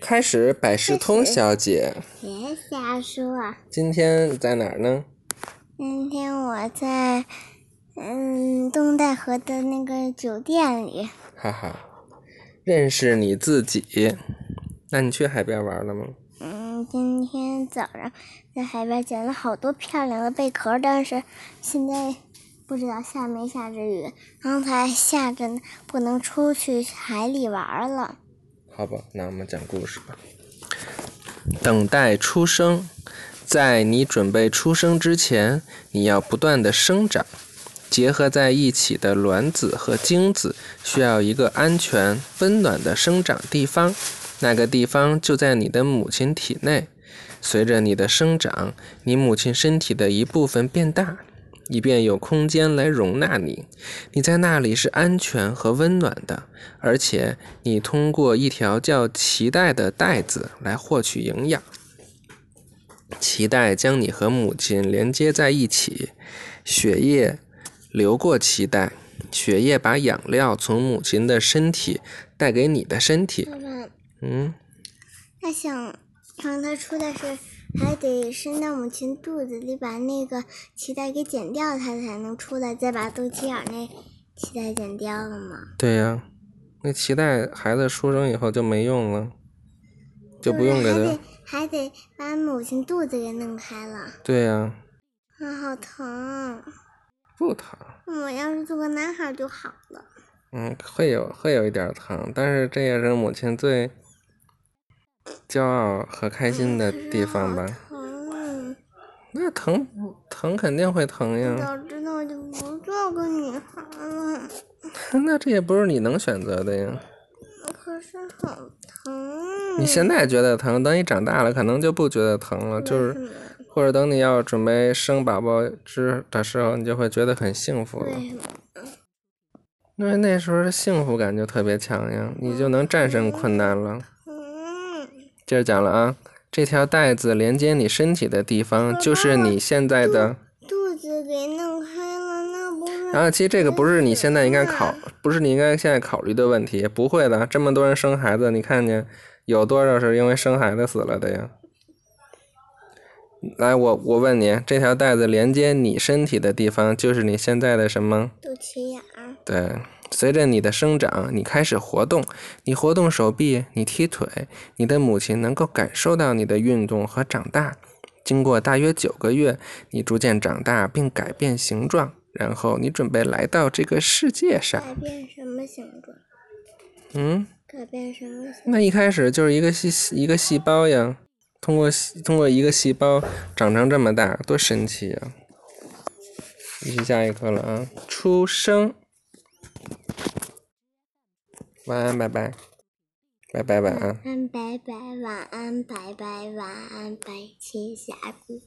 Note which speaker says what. Speaker 1: 开始，百事通小姐，
Speaker 2: 别瞎说。啊
Speaker 1: 今天在哪儿呢？
Speaker 2: 今天我在嗯东戴河的那个酒店里，
Speaker 1: 哈哈，认识你自己。那你去海边玩了吗？
Speaker 2: 嗯，今天早上在海边捡了好多漂亮的贝壳，但是现在不知道下没下着雨，刚才下着呢，不能出去海里玩了。
Speaker 1: 好吧，那我们讲故事吧。等待出生，在你准备出生之前，你要不断的生长，结合在一起的卵子和精子需要一个安全、温暖的生长地方，那个地方就在你的母亲体内。随着你的生长，你母亲身体的一部分变大，以便有空间来容纳你。你在那里是安全和温暖的，而且你通过一条叫脐带的带子来获取营养。脐带将你和母亲连接在一起，血液流过脐带，血液把养料从母亲的身体带给你的身体。
Speaker 2: 爸爸，
Speaker 1: 嗯，
Speaker 2: 他想让它出，但是还得伸到母亲肚子里，把那个脐带给剪掉，它才能出来，再把肚脐眼儿那脐带剪掉了嘛。
Speaker 1: 对呀、那脐带孩子出生以后就没用了，就不用给
Speaker 2: 是
Speaker 1: 他。
Speaker 2: 还得还得把母亲肚子给弄开了，
Speaker 1: 对呀、
Speaker 2: 啊，好疼！啊
Speaker 1: 不疼。
Speaker 2: 我要是做个男孩儿就好了。
Speaker 1: 嗯，会有会有一点儿疼，但是这也是母亲最骄傲和开心的地方吧。
Speaker 2: 疼，
Speaker 1: 那疼疼肯定会疼呀，
Speaker 2: 啊早知道我就不做个女孩了。
Speaker 1: 那这也不是你能选择的呀。
Speaker 2: 可是好疼。啊
Speaker 1: 你现在觉得疼，等你长大了可能就不觉得疼了，就是或者等你要准备生宝宝之的时候，你就会觉得很幸福了，
Speaker 2: 为什么？
Speaker 1: 因为那时候的幸福感就特别强呀，你就能战胜困难了。
Speaker 2: 嗯，
Speaker 1: 接着讲了啊，这条带子连接你身体的地方就是你现在的。
Speaker 2: 肚子给弄开了，那不是
Speaker 1: 然后其实这个不是你现在应该考，不是你应该现在考虑的问题，不会的。这么多人生孩子，你看见有多少是因为生孩子死了的呀？来，我我问你，这条带子连接你身体的地方就是你现在的什么？
Speaker 2: 肚脐眼儿？
Speaker 1: 对，随着你的生长，你开始活动，你活动手臂，你踢腿，你的母亲能够感受到你的运动和长大。经过大约九个月，你逐渐长大并改变形状，然后你准备来到这个世界上。
Speaker 2: 改变什么形状？
Speaker 1: 嗯，
Speaker 2: 改变什么形？
Speaker 1: 那一开始就是一个细一个细胞呀，通过细通过一个细胞长成这么大，多神奇呀！继续下一课了啊，出生。晚安，拜拜，拜拜，晚安。
Speaker 2: 安拜拜，晚安拜拜，晚安白，白白晚安白，七峡谷。